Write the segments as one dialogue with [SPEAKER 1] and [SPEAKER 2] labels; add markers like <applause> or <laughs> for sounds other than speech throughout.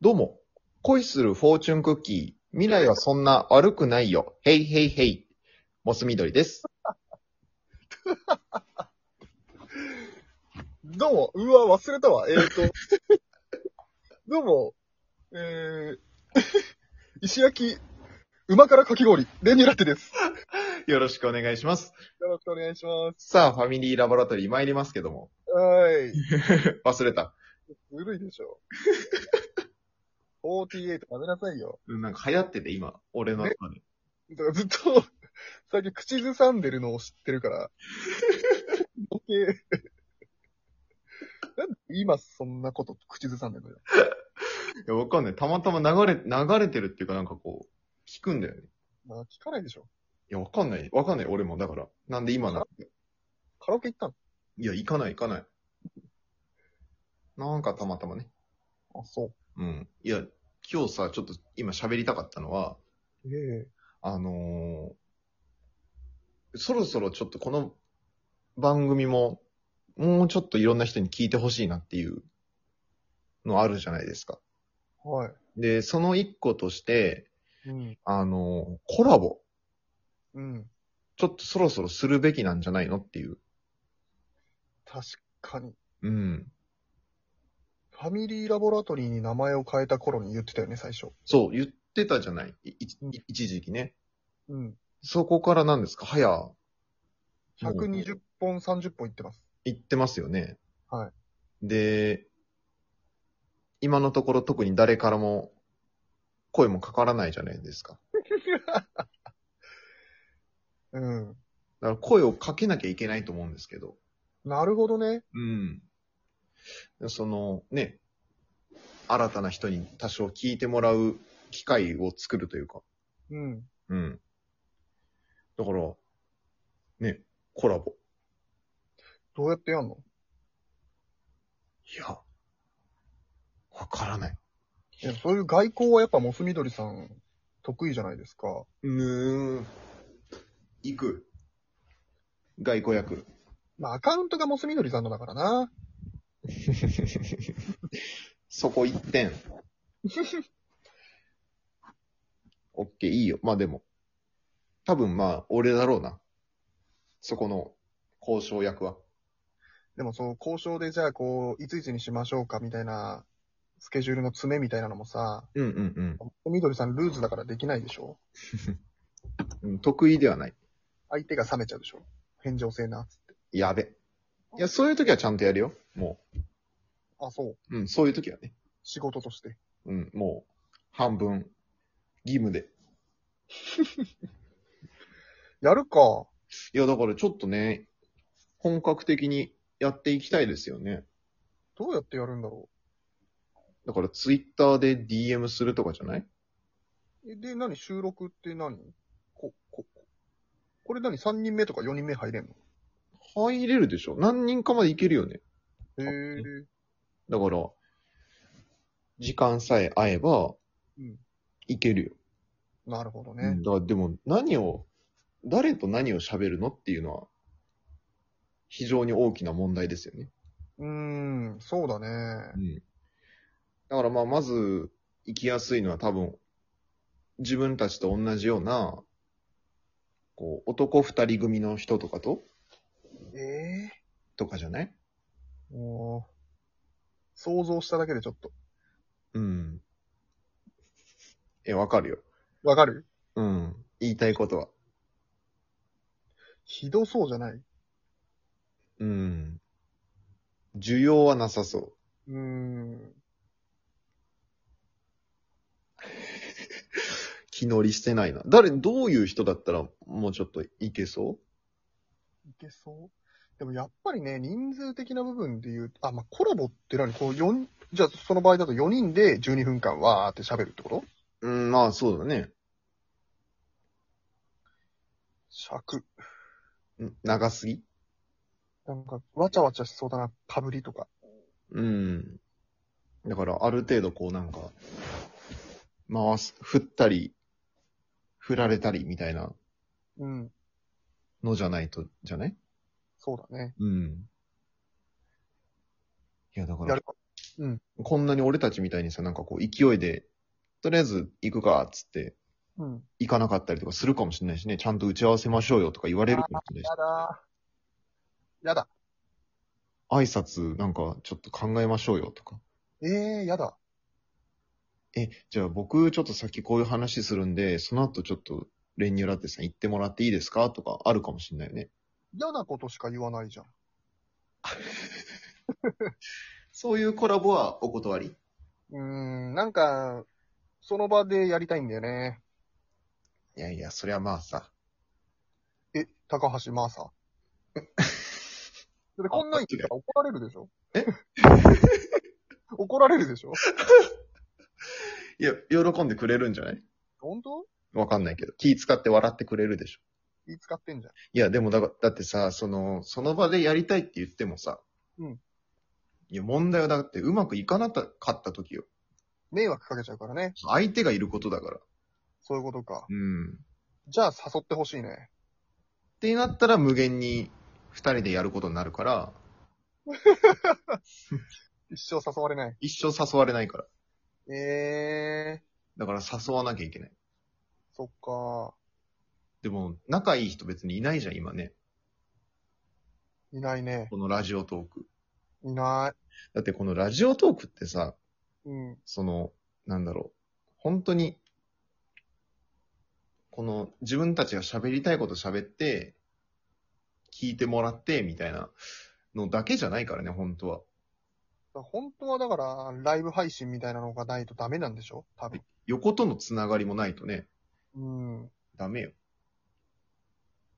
[SPEAKER 1] どうも、恋するフォーチュンクッキー、未来はそんな悪くないよ。ヘイヘイヘイ。モス緑です。
[SPEAKER 2] どうも、うわ、忘れたわ。えっ、 <laughs> と、どうも、えー、 <laughs> 石焼き、馬からかき氷、レミュラテです。
[SPEAKER 1] よろしくお願いします。
[SPEAKER 2] よろしくお願いします。
[SPEAKER 1] さあ、ファミリーラボラトリー参りますけども。
[SPEAKER 2] はーい。
[SPEAKER 1] 忘れた。
[SPEAKER 2] ずるいでし <laughs> ょ。48食べなさいよ。
[SPEAKER 1] なんか流行ってて、今、俺の中で。
[SPEAKER 2] だからずっと、最近口ずさんでるのを知ってるから。ボケ。なんで今そんなこと口ずさんでるのよ。
[SPEAKER 1] いや、わかんない。たまたま流れ、流れてるっていうか、なんかこう、聞くんだよね。い
[SPEAKER 2] まあ聞かないでしょ。
[SPEAKER 1] や、わかんない。わかんない、俺も。だから。なんで今なって。
[SPEAKER 2] カラオケ行った
[SPEAKER 1] いや、行かない、行かない。なんかたまたまね。
[SPEAKER 2] のあ、そう。
[SPEAKER 1] うん。いや、今日さ、ちょっと今喋りたかったのは、
[SPEAKER 2] え
[SPEAKER 1] あのーそろそろちょっとこの番組も、もうちょっといろんな人に聞いてほしいなっていうのあるじゃないですか。
[SPEAKER 2] えはい。
[SPEAKER 1] で、その一個として、
[SPEAKER 2] うん。
[SPEAKER 1] あのーコラボ、
[SPEAKER 2] うん。
[SPEAKER 1] ちょっとそろそろするべきなんじゃないのっていう。
[SPEAKER 2] 確かに。
[SPEAKER 1] うん。
[SPEAKER 2] ファミリーラボラトリーに名前を変えた頃に言ってたよね、最初。
[SPEAKER 1] そう、言ってたじゃない。いい一時期ね。
[SPEAKER 2] うん。
[SPEAKER 1] そこから何ですか早、
[SPEAKER 2] 120本、30本いってます。
[SPEAKER 1] 言ってますよね。。
[SPEAKER 2] はい
[SPEAKER 1] で、今のところ特に誰からも声もかからないじゃないですか。
[SPEAKER 2] うん。
[SPEAKER 1] だから声をかけなきゃいけないと思うんですけど。
[SPEAKER 2] なるほどね。
[SPEAKER 1] うん。そのね、新たな人に多少聞いてもらう機会を作るというか。
[SPEAKER 2] うん。
[SPEAKER 1] うん。だから、ね、コラボ。
[SPEAKER 2] どうやってやんの
[SPEAKER 1] いや、わからない。
[SPEAKER 2] いや、そういう外交はやっぱモス緑さん得意じゃないですか。
[SPEAKER 1] うーん。行く。外交役。 <laughs>
[SPEAKER 2] まあ、アカウントがモス緑さんのだからな。
[SPEAKER 1] そこ1点。オッケー、いいよ。まあでも。多分まあ、俺だろうな。そこの交渉役は。
[SPEAKER 2] でもそう、交渉でじゃあこう、いついつにしましょうかみたいな、スケジュールの詰めみたいなのもさ、
[SPEAKER 1] うんうん
[SPEAKER 2] モス緑さんルーズだからできないでしょ
[SPEAKER 1] うん。得意ではない。
[SPEAKER 2] 相手が冷めちゃうでしょ返上性な、つって。
[SPEAKER 1] やべ。いや、そういう時はちゃんとやるよ。も
[SPEAKER 2] あ、そう。
[SPEAKER 1] う。うん、そういう時はね。
[SPEAKER 2] 仕事として。
[SPEAKER 1] うん、もう、半分、義務で。
[SPEAKER 2] やるか。
[SPEAKER 1] いや、だからちょっとね、本格的にやっていきたいですよね。
[SPEAKER 2] どうやってやるんだろ
[SPEAKER 1] だからツイッターで DM するとかじゃないう
[SPEAKER 2] えで、何収録って何こ、こ、これ何 ?3 人目とか4人目入れんの
[SPEAKER 1] 入れるでしょ何人かまでいけるよね。
[SPEAKER 2] へえ。
[SPEAKER 1] だから、時間さえ合えば
[SPEAKER 2] うん、
[SPEAKER 1] いけるよ。
[SPEAKER 2] なるほど
[SPEAKER 1] う
[SPEAKER 2] ね
[SPEAKER 1] ん。だからでも何を、誰と何を喋るのっていうのは、非常に大きな問題ですよね。
[SPEAKER 2] うーん、そうだね
[SPEAKER 1] う。ん。だからまあ、まず、行きやすいのは多分、自分たちと同じような、こう、男二人組の人とかと、
[SPEAKER 2] え
[SPEAKER 1] とかじゃない
[SPEAKER 2] えもう、想像しただけでちょっと。
[SPEAKER 1] うん。え、わかるよ。
[SPEAKER 2] わかる
[SPEAKER 1] うん。言いたいことは。
[SPEAKER 2] ひどそうじゃない。
[SPEAKER 1] うん。需要はなさそう
[SPEAKER 2] ーん。
[SPEAKER 1] う。気乗りしてないな。誰、どういう人だったらもうちょっといけそ
[SPEAKER 2] いけそう。でもやっぱりね、人数的な部分で言うと、あ、まあ、コラボって何こう4、じゃあその場合だと4人で12分間わーって喋るってこと
[SPEAKER 1] ううん、まあそうだね。
[SPEAKER 2] 尺。
[SPEAKER 1] ん長すぎ
[SPEAKER 2] なんか、わちゃわちゃしそうだな、かぶりとか。
[SPEAKER 1] うん。だからある程度こうなんか、回す、振ったり、振られたりみたいな
[SPEAKER 2] うん、
[SPEAKER 1] のじゃないと、じゃない
[SPEAKER 2] そうだね。
[SPEAKER 1] うん。いやだか
[SPEAKER 2] や
[SPEAKER 1] ら
[SPEAKER 2] る、か。うん
[SPEAKER 1] こんなに俺たちみたいにさ、なんかこう勢いで、とりあえず行くか、っつって、
[SPEAKER 2] うん。
[SPEAKER 1] 行かなかったりとかするかもしれないしね、ちゃんと打ち合わせましょうよとか言われるかもしれないし、
[SPEAKER 2] やだ。やだ。
[SPEAKER 1] 挨拶なんかちょっと考えましょうよとか。
[SPEAKER 2] ええー、やだ。
[SPEAKER 1] え、じゃあ僕ちょっとさっきこういう話するんで、その後ちょっと練乳ラテさん行ってもらっていいですかとかあるかもしれないよね。
[SPEAKER 2] 嫌なことしか言わないじゃん。
[SPEAKER 1] そういうコラボはお断り
[SPEAKER 2] うーん、なんか、その場でやりたいんだよね。
[SPEAKER 1] いやいや、そりゃまあさ。
[SPEAKER 2] え、高橋マー <laughs> サー。で、こんなん言ったら怒られるでしょ
[SPEAKER 1] え
[SPEAKER 2] <laughs> 怒られるでしょ
[SPEAKER 1] いや、喜んでくれるんじゃない
[SPEAKER 2] 本当
[SPEAKER 1] わかんないけど。気使って笑ってくれるでしょ。
[SPEAKER 2] 気使ってんじゃん。
[SPEAKER 1] いや、でもだが、だってさ、その、その場でやりたいって言ってもさ。
[SPEAKER 2] うん。
[SPEAKER 1] いや、問題はだってうまくいかなかった時よ。
[SPEAKER 2] 迷惑かけちゃうからね。
[SPEAKER 1] 相手がいることだから。
[SPEAKER 2] そういうことか。
[SPEAKER 1] うん。っ
[SPEAKER 2] じゃあ誘ってほしいね。
[SPEAKER 1] てなったら無限に二人でやることになるから、
[SPEAKER 2] 一生誘われない。
[SPEAKER 1] 一生誘われないから。
[SPEAKER 2] ええ
[SPEAKER 1] だから誘わなきゃいけない。
[SPEAKER 2] ー、そっか。
[SPEAKER 1] でも、仲いい人別にいないじゃん、今ね。
[SPEAKER 2] いないね。
[SPEAKER 1] このラジオトーク。
[SPEAKER 2] いな
[SPEAKER 1] だってこのラジオトークってさ、
[SPEAKER 2] い。うん。
[SPEAKER 1] その、なんだろう。本当に、この自分たちが喋りたいこと喋って、聞いてもらって、みたいなのだけじゃないからね、本当は。
[SPEAKER 2] 本当はだから、ライブ配信みたいなのがないとダメなんでしょ多分。
[SPEAKER 1] 横とのつながりもないとね、
[SPEAKER 2] うん。
[SPEAKER 1] ダメよ。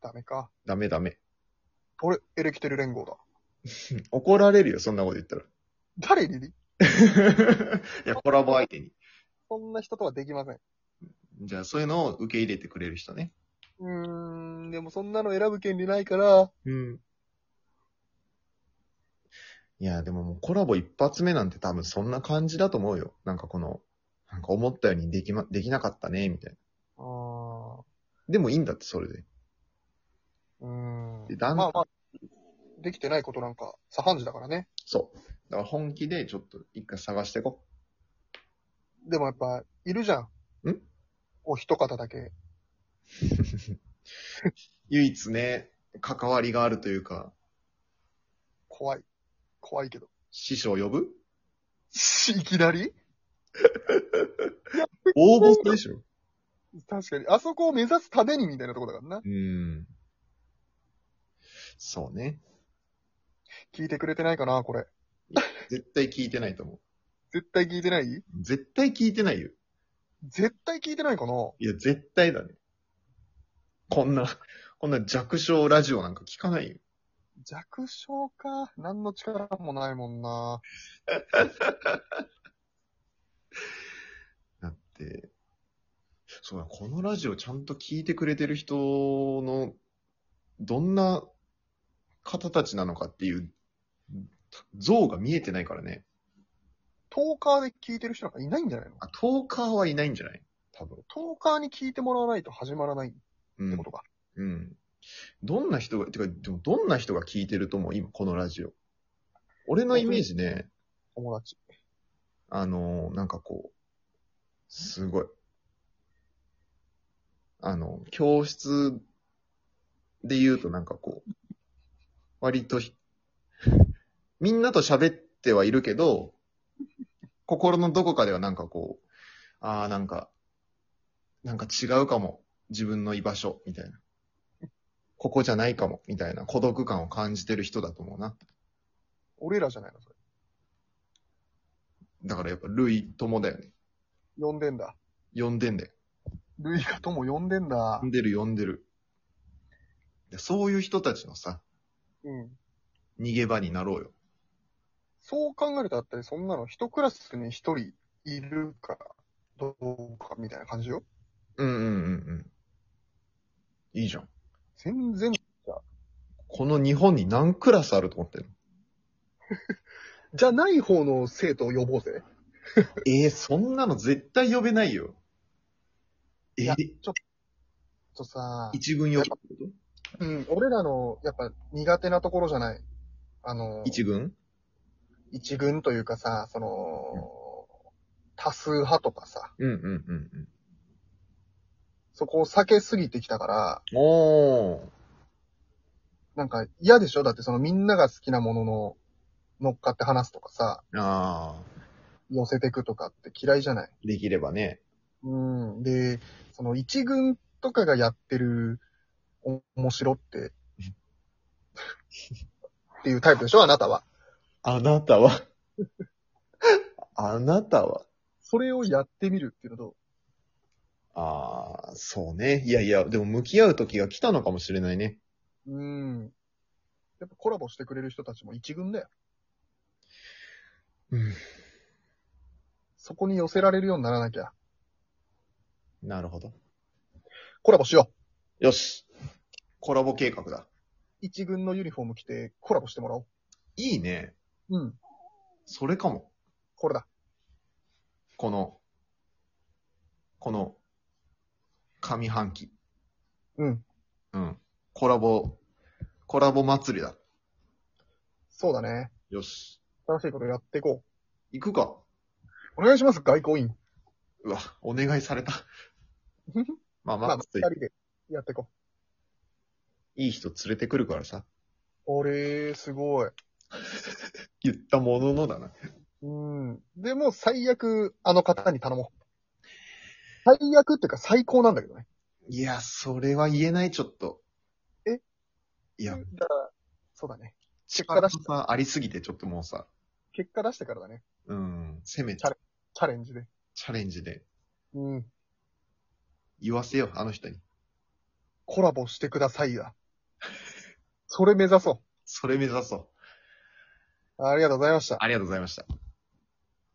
[SPEAKER 2] ダメか。
[SPEAKER 1] ダメダメ。
[SPEAKER 2] これ、エレキテル連合だ。
[SPEAKER 1] 怒られ <laughs> るよ、そんなこと言った
[SPEAKER 2] 誰リリ
[SPEAKER 1] ら。いや、コラボ相手に。
[SPEAKER 2] そんな人とはできません。
[SPEAKER 1] じゃあ、そういうのを受け入れてくれる人ね。
[SPEAKER 2] うーん、でもそんなの選ぶ権利ないから、
[SPEAKER 1] うん。いや、でももうコラボ一発目なんて多分そんな感じだと思うよ。なんかこの、なんか思ったようにできま、できなかったね、みたいな。
[SPEAKER 2] あー
[SPEAKER 1] でもいいんだって、それで。
[SPEAKER 2] うーん。
[SPEAKER 1] でだん
[SPEAKER 2] まあまあ、できてないことなんか、左半時だからね。
[SPEAKER 1] そう。だから本気でちょっと一回探してこ
[SPEAKER 2] でもやっぱ、いるじゃん。
[SPEAKER 1] ん
[SPEAKER 2] お一方だけ。
[SPEAKER 1] 唯一ね、関わりがあるというか、
[SPEAKER 2] 怖い。怖いけど。 <laughs>
[SPEAKER 1] 師匠呼ぶ
[SPEAKER 2] いきなり
[SPEAKER 1] 応募でしょ
[SPEAKER 2] 確かに。あそこを目指すためにみたいなとこだからな。
[SPEAKER 1] うん。そうね。
[SPEAKER 2] 聞いてくれてないかな、これ。
[SPEAKER 1] 絶対聞いてないと思。
[SPEAKER 2] 絶対聞いてないう
[SPEAKER 1] 絶対聞いてないよ。
[SPEAKER 2] 絶対聞いてないかな。
[SPEAKER 1] いや、絶対だね。こんな、こんな弱小ラジオなんか聞かないよ。
[SPEAKER 2] 弱小か。何の力もないもんな。
[SPEAKER 1] だって、そうだ、このラジオちゃんと聞いてくれてる人の、どんな方たちなのかっていう、像が見えてないからね。
[SPEAKER 2] トーカーで聞いてる人なんかいないんじゃないの
[SPEAKER 1] あ、トーカーはいないんじゃない多分。
[SPEAKER 2] トーカーに聞いてもらわないと始まらないっ
[SPEAKER 1] う
[SPEAKER 2] て
[SPEAKER 1] ん
[SPEAKER 2] こ。とか。
[SPEAKER 1] うん。どんな人が、てか、でもどんな人が聞いてると思う今、このラジオ。俺のイメージね、
[SPEAKER 2] 友達。
[SPEAKER 1] あのーなんかこう、すごい。あの、教室で言うとなんかこう、割とひ、 <laughs> みんなと喋ってはいるけど、心のどこかではなんかこう、ああ、なんか、なんか違うかも。自分の居場所、みたいな。ここじゃないかも、みたいな孤独感を感じてる人だと思うな。
[SPEAKER 2] 俺らじゃないの、それ。
[SPEAKER 1] だからやっぱ、類友だよね。
[SPEAKER 2] 呼んでんだ。
[SPEAKER 1] 呼んでんだよ。
[SPEAKER 2] ルイカとも呼んでんだ
[SPEAKER 1] 呼。んでる呼んでる。でそういう人たちのさ、
[SPEAKER 2] うん。
[SPEAKER 1] 逃げ場になろうよ。
[SPEAKER 2] そう考えるとだったり、そんなの一クラスに一人いるから、どうかみたいな感じよ。
[SPEAKER 1] うんうんうんうん。いいじゃん。
[SPEAKER 2] 全然、
[SPEAKER 1] この日本に何クラスあると思ってるの
[SPEAKER 2] じゃない方の生徒を呼ぼうぜ。
[SPEAKER 1] えー、そんなの絶対呼べないよ。え
[SPEAKER 2] い
[SPEAKER 1] ー
[SPEAKER 2] や、とさ、
[SPEAKER 1] 一軍予備ってこと
[SPEAKER 2] うん、俺らの、やっぱ苦手なところじゃない。あの、
[SPEAKER 1] 一軍
[SPEAKER 2] 一軍というかさ、その、多数派とかさ、
[SPEAKER 1] うんうんうんうん。
[SPEAKER 2] そこを避けすぎてきたから、
[SPEAKER 1] おー。
[SPEAKER 2] なんか嫌でしょだってそのみんなが好きなものの乗っかって話すとかさ、
[SPEAKER 1] ああ、
[SPEAKER 2] 寄せてくとかって嫌いじゃない
[SPEAKER 1] できればね。
[SPEAKER 2] うん。で、その一軍とかがやってるお面白って、っていうタイプでしょあなたは。
[SPEAKER 1] あなたは <laughs> あなたは
[SPEAKER 2] それをやってみるっていうのと、
[SPEAKER 1] ああ、そうね。いやいや、でも向き合う時が来たのかもしれないね。
[SPEAKER 2] うん。やっぱコラボしてくれる人たちも一軍だよ。
[SPEAKER 1] うん。
[SPEAKER 2] そこに寄せられるようにならなきゃ。
[SPEAKER 1] なるほど。
[SPEAKER 2] コラボしよう。
[SPEAKER 1] よし。コラボ計画だ。
[SPEAKER 2] 一軍のユニフォーム着てコラボしてもらおう。
[SPEAKER 1] いいね。
[SPEAKER 2] うん。
[SPEAKER 1] それかも。
[SPEAKER 2] これだ。
[SPEAKER 1] この、この、上半期。
[SPEAKER 2] うん。
[SPEAKER 1] うん。コラボ、コラボ祭りだ。
[SPEAKER 2] そうだね。
[SPEAKER 1] よし。
[SPEAKER 2] 新しいことやっていこ
[SPEAKER 1] 行くか。
[SPEAKER 2] う。お願いします、外
[SPEAKER 1] <laughs>
[SPEAKER 2] 交員。
[SPEAKER 1] うわ、お願いされた。まあま
[SPEAKER 2] まあ、
[SPEAKER 1] あ、
[SPEAKER 2] 二
[SPEAKER 1] ちょっと
[SPEAKER 2] 人でやっていこう。
[SPEAKER 1] いい人連れてくるからさ。
[SPEAKER 2] 俺、すごい。
[SPEAKER 1] 言ったもののだな。
[SPEAKER 2] うん。でも、最悪、あの方に頼もう。最悪っていうか最高なんだけどね。
[SPEAKER 1] いや、それは言えない、ちょっと。
[SPEAKER 2] え
[SPEAKER 1] いや、
[SPEAKER 2] だから、そうだね。
[SPEAKER 1] 力がさ、ありすぎて、ちょっともうさ、
[SPEAKER 2] 結果出してからだね。
[SPEAKER 1] うん、せめて
[SPEAKER 2] チャレチャレンジで。
[SPEAKER 1] チャレンジで
[SPEAKER 2] うん。
[SPEAKER 1] 言わせよう、あの人に。
[SPEAKER 2] コラボしてくださいや。それ目指そ
[SPEAKER 1] それ目指そう。
[SPEAKER 2] う。ありがとうございました。
[SPEAKER 1] ありがとうございました。